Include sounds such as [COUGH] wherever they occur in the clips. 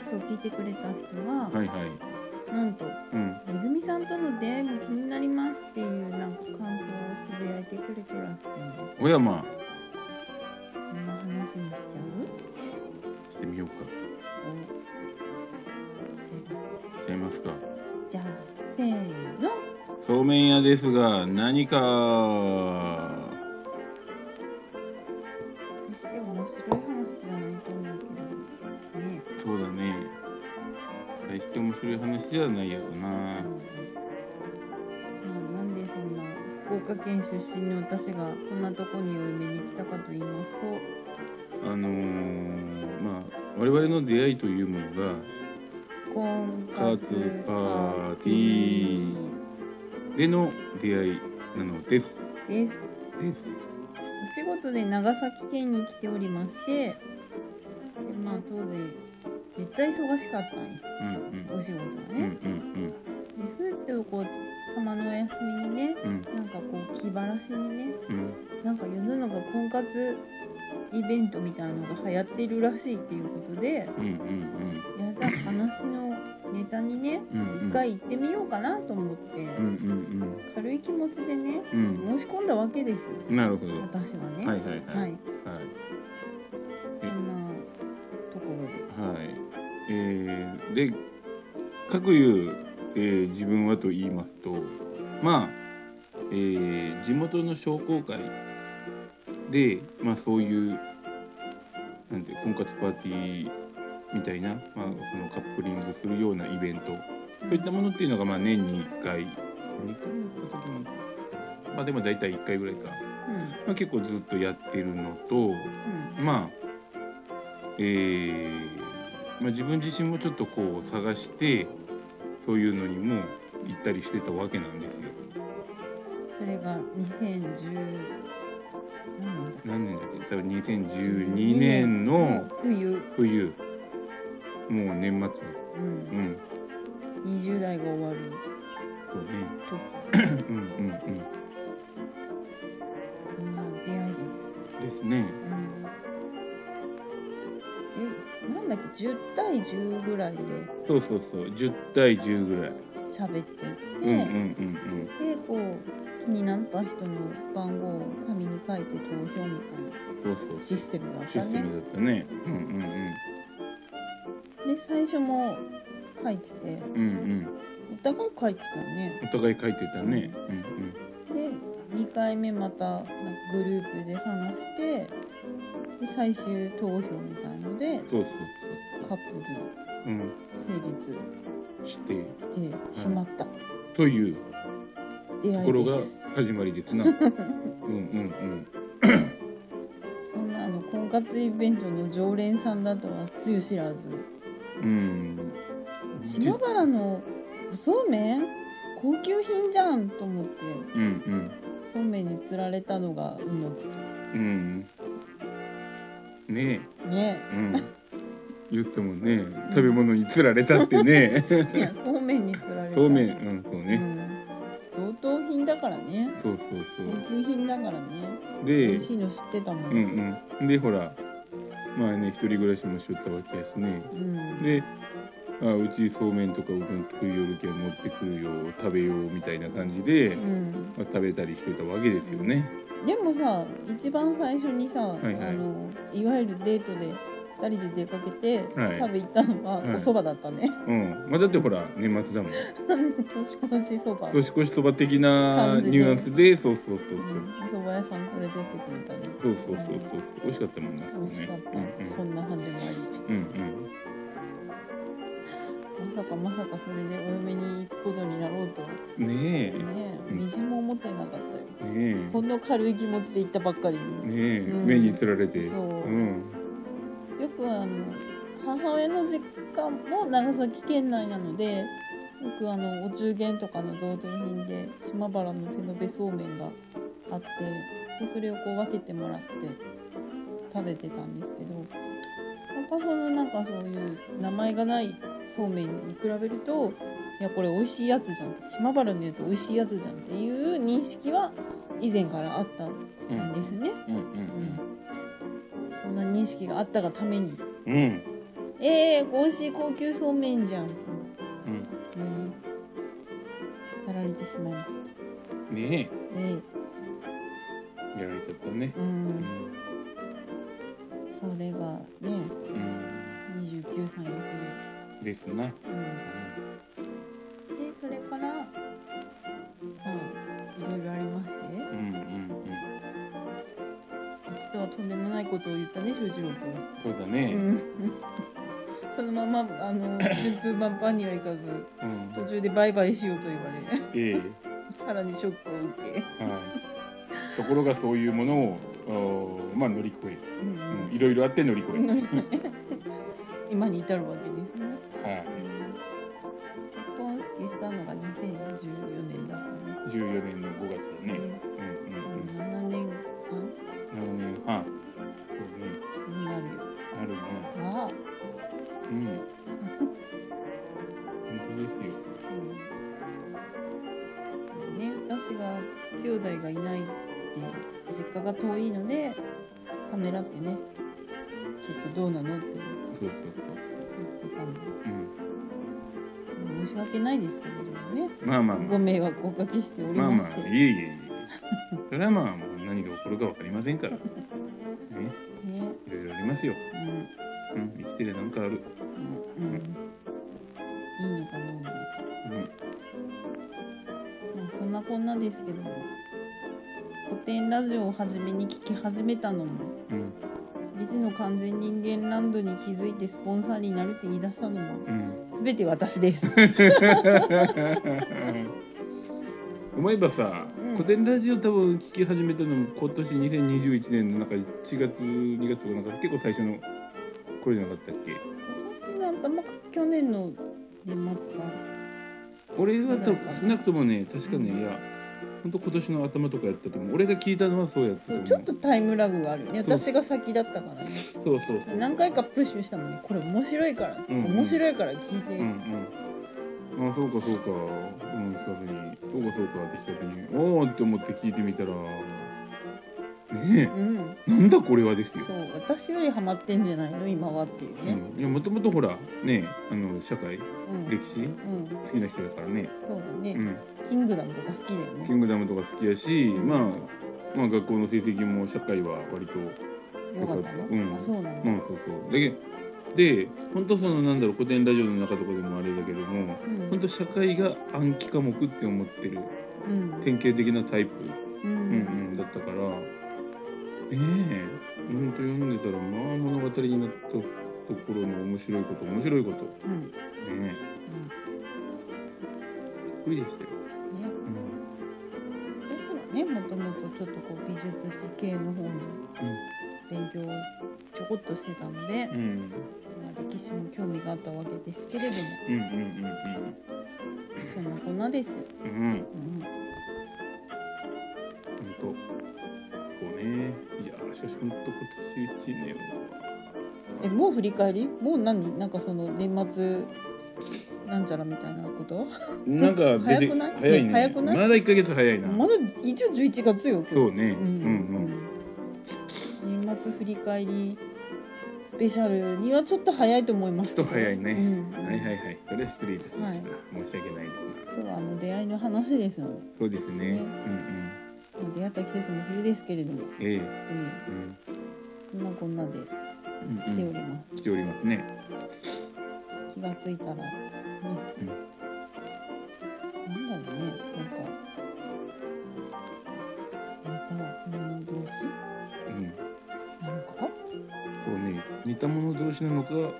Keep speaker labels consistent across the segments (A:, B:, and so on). A: スを聞いてくれた人は、
B: はいはい。
A: なんと
B: うん。
A: めぐみさんとの出会いも気になりますっていうなんか感想をつぶやいてくれとらしてね
B: 小山、
A: そんな話もしちゃう
B: してみようか。
A: おしちゃいますか
B: しちゃいますか。
A: じゃあせーの
B: そうめん屋ですが、何か。
A: 決して面白い話じゃないと思うけどね
B: そうだね。大して面白い話じゃないやろ
A: え、う。ん
B: な
A: うんまあ、なんでそんな福岡県出身の私がこんなとこにお嫁に来たかと言いますと
B: あのー、まあ、我々の出会いというものが。
A: 婚
B: 活パーティーでの出会いなのです。
A: です
B: です。
A: お仕事で長崎県に来ておりましてでまあ当時めっちゃ忙しかったんよ
B: うん
A: お仕事が
B: うん。うん
A: ね、
B: うん
A: でふーってこうたまのお休みにね
B: うん
A: なんかこう気晴らしにね
B: うん
A: なんか世の中婚活イベントみたいなのが流行っているらしいっていうことで
B: うんうんうん
A: いやじゃあ話のネタにね
B: うんうん
A: 一回行ってみようかなと思って、
B: うんうん
A: 軽い気持ちでね
B: うんうん
A: 申し込んだわけですよ
B: なるほどは
A: 私はね
B: いはいはい
A: は
B: はい
A: いそんなところで
B: はいえー、でかくいう、えー自分はと言いますとまあ、えー地元の商工会でまあそういうなんて婚活パーティーみたいな、まあ、そのカップリングするようなイベントそういったものっていうのがまあ年に1回2回の時もまあでも大体1回ぐらいか、
A: うんうん
B: まあ、結構ずっとやってるのとまあえーまあ、自分自身もちょっとこう探してそういうのにも行ったりしてたわけなんですよ。
A: それが2010何なんだ
B: 何年だっけ多分2012年の
A: 冬、
B: 冬もう年末
A: う、
B: うんん
A: 20代が終わる
B: そうね
A: 時
B: うんうんうん
A: そんな出会いです
B: ですね。
A: うんでなんだっけ10対10ぐらいで
B: そうそうそう10対10ぐらい。
A: 喋っていって、
B: うんうんうんうん
A: でこう気になった人の番号を紙に書いて投票みたい
B: そう
A: な
B: そう
A: システムだっ
B: シ
A: た
B: ステ
A: ね
B: ムだったね。うんうんうん
A: で最初も書いてて
B: うん
A: お互い書いてたね
B: うん、お互い書いてたね。うん
A: で2回目またなんかグループで話してで最終投票みたいので
B: うん、そうそう
A: カップ
B: そう、うん、
A: ル成立
B: して
A: してしまった
B: という
A: 出
B: と
A: 会
B: こ
A: い
B: ろ
A: で
B: が
A: す、
B: 始まりで
A: [LAUGHS]
B: すな。うんうん
A: そんなあの婚活イベントの常連さんだとはつゆ知らず
B: うんうん。
A: 島原のそうめん高級品じゃんと思って
B: うんうん
A: そうめんにつられたのが運のつき
B: うん。ね
A: ね
B: え、うん。言ってもね、食べ物に釣られたってね。
A: えいやそうめんにつられた
B: そうめん、うん、そう
A: う
B: ね。
A: ん、贈答品だからね
B: そうそう
A: 高級品だからね
B: そう。
A: 美
B: で
A: 味、しいの知ってたもん、
B: うんうん。で、ほら、まあね、一人暮らしもしよったわけやしね。
A: うん
B: で、あうちそうめんとかうどん作りよるけん持ってくるよ、食べようみたいな感じで、
A: うん
B: まあ、食べたりしてたわけですよね。
A: でもさ一番最初にさ、
B: いはい
A: あのいわゆるデートで2人で出かけて、
B: はい
A: 食べ行ったのは
B: はい
A: お蕎麦だったね、 [LAUGHS]
B: うん、まあ、だってほら年末だもん
A: 年越しそば、うん、お
B: 年越しそば的な
A: 感じで
B: ニュアンスでそうそうそう
A: 蕎麦屋さん連れてってくれたね
B: そう、そうそうそうそう美味しかったもんな
A: 美味しかった、そ
B: うん
A: な始まり
B: うんうん
A: まさかまさかそれでお嫁に行くことになろうとは
B: うんね
A: ね
B: うん
A: みじんも思ってなかったよ
B: えね
A: ほんの軽い気持ちで行ったばっかりに、
B: えねえ、
A: うん
B: 目につられて
A: そうんよくあの母親の実家も長崎県内なのでよくあのお中元とかの贈答品で島原の手延べそうめんがあってでそれをこう分けてもらって食べてたんですけどやっぱそのなんかそういう名前がないそうめんに比べるといやこれ美味しいやつじゃんって島原のやつ美味しいやつじゃんっていう認識は以前からあったん
B: う
A: ですね。
B: うんう
A: うんそんな認識があったがために
B: んうん
A: えー、美味しい高級そうめんじゃん。
B: うん
A: うん。やられてしまいました。
B: ね
A: え
B: えやられちゃったね
A: え、う。
B: うんん、
A: それがね、
B: うん、
A: 二十九歳の
B: ですな、
A: 冬。うん。で、それから。まあ、いろいろありまして。
B: うん、うんうんうん
A: 一度はとんでもないことを言ったね、翔一郎君。
B: そうだ
A: う
B: ね、
A: ん。そのまま、あの、順風満帆にはいかず、
B: うん
A: 途中でバイバイしようと言われ。
B: ええ
A: さらにショックを受け。
B: はい、ところがそういうものをおーまあ乗り越え、
A: うんうん
B: うん、いろいろあって乗り越え、
A: 乗り越今に至るわけですね。
B: はい、
A: 結婚式したのが2014年だった
B: 14年の5月だ
A: ね。
B: ね、うんう
A: うんん、7年半
B: うん、7年半そうね
A: になる
B: なるね
A: が、
B: うん本当ですよ
A: うんね、私が兄弟がいないって実家が遠いのでためらってねちょっとどうなのって言
B: そうそうそ
A: ってたので
B: う、うん、
A: 申し訳ないですけれどもね
B: まあまあまあ
A: ご迷惑をおかけしており
B: まあ
A: ま
B: ま
A: し
B: あ
A: て、
B: いえいえいえそれはまあもう何が起こるかわかりませんからね
A: ね
B: いろいろありますよ、
A: うん
B: うん、生きてりゃなんかある、
A: うんうん、いいのかな、
B: う
A: まあ、そんなこんなですけども古典ラジオを初めに聞き始めたのも
B: んうん
A: 理事の完全人間ランドに気づいてスポンサーになるって言い出したのも
B: うん
A: 全て私です
B: [LAUGHS] 思えばさ、
A: うん
B: 古典ラジオ多分聞き始めたのも今年2021年の中1月2月とかなんか結構最初のこれじゃなかったっけ
A: 私の頭か去年の年末か
B: 俺は多分
A: そう
B: 少なくともね確かね、
A: うん
B: いやほんと今年の頭とかやったと思う俺が聞いたのはそうやったと
A: そう
B: 思う
A: ちょっとタイムラグがあるよね
B: そう
A: 私が先だったからね
B: そうそうそう
A: 何回かプッシュしたもんねこれ面白いから、
B: んうん
A: 面白いから聞いて、
B: うんうんあそうかそうかうん聞かずにそうかそうかって聞かずにおおって思って聞いてみたらね
A: うん、
B: えなんだこれはです
A: そ
B: よ
A: う私よりハマってんじゃないの今はっていうね、
B: うん、いやもともとほらねあの社会
A: うん
B: 歴史
A: うん、
B: 好きな人だからね、
A: そうだね、
B: うん、
A: キングダムとか好きだよ
B: キ
A: ね
B: ングダムとか好きやし、
A: うん
B: まあ、まあ学校の成績も社会は割と
A: よかったの、
B: うん
A: あそうなん
B: う
A: だ、
B: んそうそうだけで本当そのなんだろう古典ラジオの中とかでもあれだけども
A: うん
B: 本当社会が暗記科目って思ってる
A: うんうん
B: 典型的なタイプ、
A: う
B: うんうん、だったからねえ本当読んでたらまあ物語になったところの面白いこと面白いことね
A: うん
B: えびっくりでしたよ。
A: うんね
B: うん
A: 私はねもともとちょっとこう美術史系の方に勉強をちょこっとしてたので、
B: うんうん
A: まあ、歴史も興味があったわけですけれども
B: うんうん
A: そんなこんなです、
B: うんうんうん
A: うん、
B: ほんとそうねいやーしかしほんと今年1年は
A: えもう振り返りもう何なんかその年末なんちゃらみたいなこと
B: なんか出て
A: 早くない
B: 早いね
A: ね早くない
B: まだ1ヶ月早いな
A: まだ一応11月よ今日
B: そうね
A: う
B: うんん
A: うん、年末振り返りスペシャルにはちょっと早いと思いますけど
B: ちょっと早いね
A: うん
B: うんはいはいはいそれは失礼いたしました、
A: は
B: 申し訳ないですが
A: 今日はあの出会いの話ですので、
B: そうですね
A: ね
B: うんうん
A: まあ、出会った季節も冬ですけれども、
B: ええ
A: ええそ
B: うん
A: んなこんなで
B: うん
A: 来ております、
B: 来ておりますね
A: 気がついたらね、なんだろうねなんか似たもの同士
B: うん
A: なのか
B: そうね似た者同士なのか似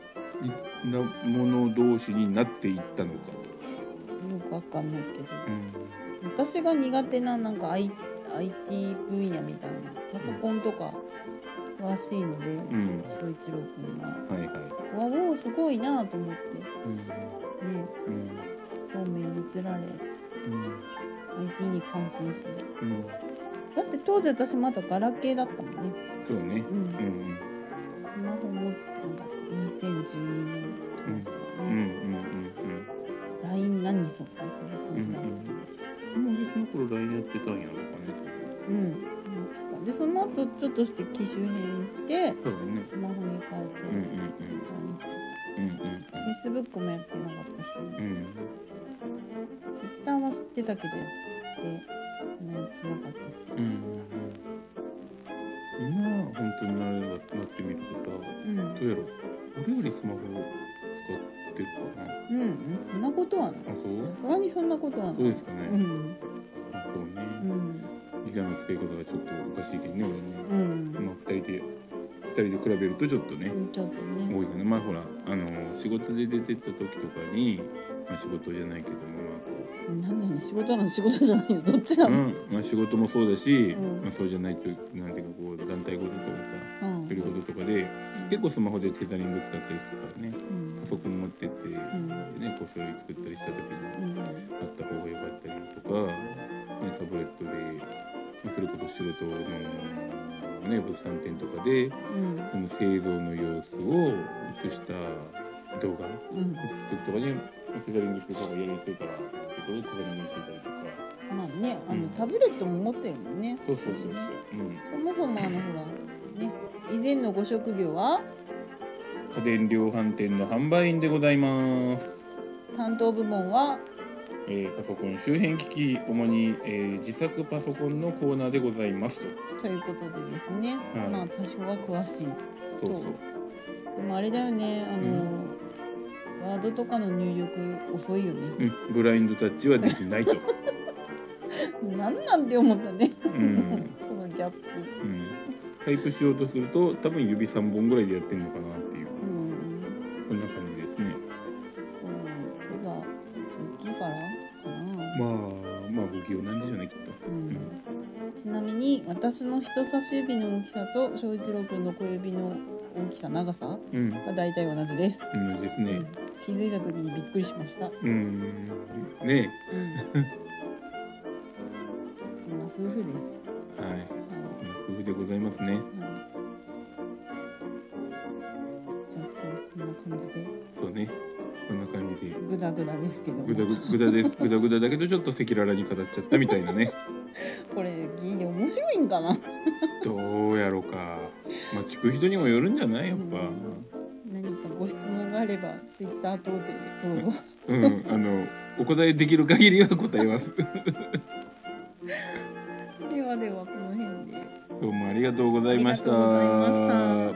B: た者同士になっていったのか
A: よくわかんないけど
B: うん
A: 私が苦手ななんか I IT 分野みたいなパソコンとか詳しいので
B: うん
A: 翔一郎君は
B: はいはい
A: ここはもうすごいなと思って
B: う
A: ね
B: ん
A: そうめんにつられ
B: うん
A: IT に感心し
B: うん、うん
A: だって当時私まだガラケーだったもんね
B: そうね
A: う
B: うん
A: ん
B: うん
A: スマホもなんだって2012年当時は
B: うんう
A: ね
B: んうん
A: LINE 何それみたいな感じだったんで
B: うんもう別の頃 LINE やってたんやろうかね
A: うんなんつったでその後ちょっとして機種変して
B: そうだね
A: スマホに変えて、
B: うんうん
A: LINE してた
B: うんうん
A: フェイスブックもやってなかったし、
B: うんうん
A: ツイッターは知ってたけどやって、やってなかったし、
B: うんうん今本当にななってみるとさ
A: うん、うん
B: どうやろ俺よりスマホ使ってるかな
A: うん、そんなことはない。
B: あ
A: さ
B: そう
A: すがにそんなことはな
B: そ
A: い。
B: うですか
A: う
B: ね、
A: ん、
B: あそうね、
A: うん、
B: ギガの使い方がちょっとおかしいけどね俺ね、
A: うん、
B: まあ2人で2人で比べるとちょっとね、
A: ちょっとね。
B: 多いかなまあほらあの仕事で出てった時とかに、まあ、仕事じゃないけどもまあこう
A: 何なの仕事なの仕事じゃないのどっちな
B: う
A: の？
B: んまあ、仕事もそうだし、
A: うん
B: まあ、そうじゃないとなんていうかこう団体ごととかさ
A: うん、
B: やることとかで結構スマホでテザリング使ったりするからね
A: うん
B: パ、ソコン持ってって、
A: ん
B: ね、こう書類作ったりした時
A: う
B: に
A: ん、
B: あった方が良かったりとか、ね、タブレットで、まあ、それこそ仕事の、ね、物産展とかで
A: うん、
B: その製造の様子を映した動画
A: うん、
B: 作るとかにテザリングしてた方がやりやすいからってことでテザリングしてたりとか
A: まあね、あ
B: う
A: の
B: ん
A: タブレットも持ってるもんね。
B: そうそうそうそう、うん、
A: そもそもあのほらね、以前のご職業は
B: 家電量販店の販売員でございます、
A: 担当部門は
B: えーパソコン周辺機器主に、えー自作パソコンのコーナーでございますと
A: ということでですね。
B: い
A: まあ多少は詳しい。
B: そうそう
A: そうでもあれだよね、あの、ワードとかの入力遅いよね。
B: うん、ブラインドタッチはできないと、
A: なんなんて思ったね、 [LAUGHS]
B: ん
A: そのギャップ、
B: うん、タイプしようとすると多分指3本ぐらいでやってるのかなっていう
A: うん、
B: そんな感じですね
A: そう手が大きいからかな、
B: まあまあ不器用なんでしょうねきっと
A: うん、ちなみに私の人差し指の大きさと翔一郎君の小指の大きさ長さ
B: うん
A: が大体同じです、
B: 同じです
A: う
B: ね
A: ん気づいた時にびっくりしました、うん、
B: うんね
A: [LAUGHS] そんな夫婦です、
B: はい
A: は
B: 夫婦でございますね
A: いはい、じゃあ今日こんな感じで
B: そうねこんな感じで
A: グダグダですけども
B: グダググダです [LAUGHS] グダグダだけどちょっと赤裸々に語っちゃったみたい
A: [LAUGHS]
B: なね
A: これギリ面白いんかな
B: どうやろかまあ聞く人にもよるんじゃないやっぱ
A: 何かご質問があればツイッター等でどうぞ
B: うん、あのお答えできる限りは答えます [LAUGHS]
A: ではではこの辺で
B: どうもありがとうございました
A: ありがとうございま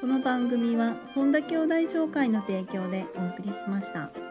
A: この番組は本田兄弟紹介の提供でお送りしました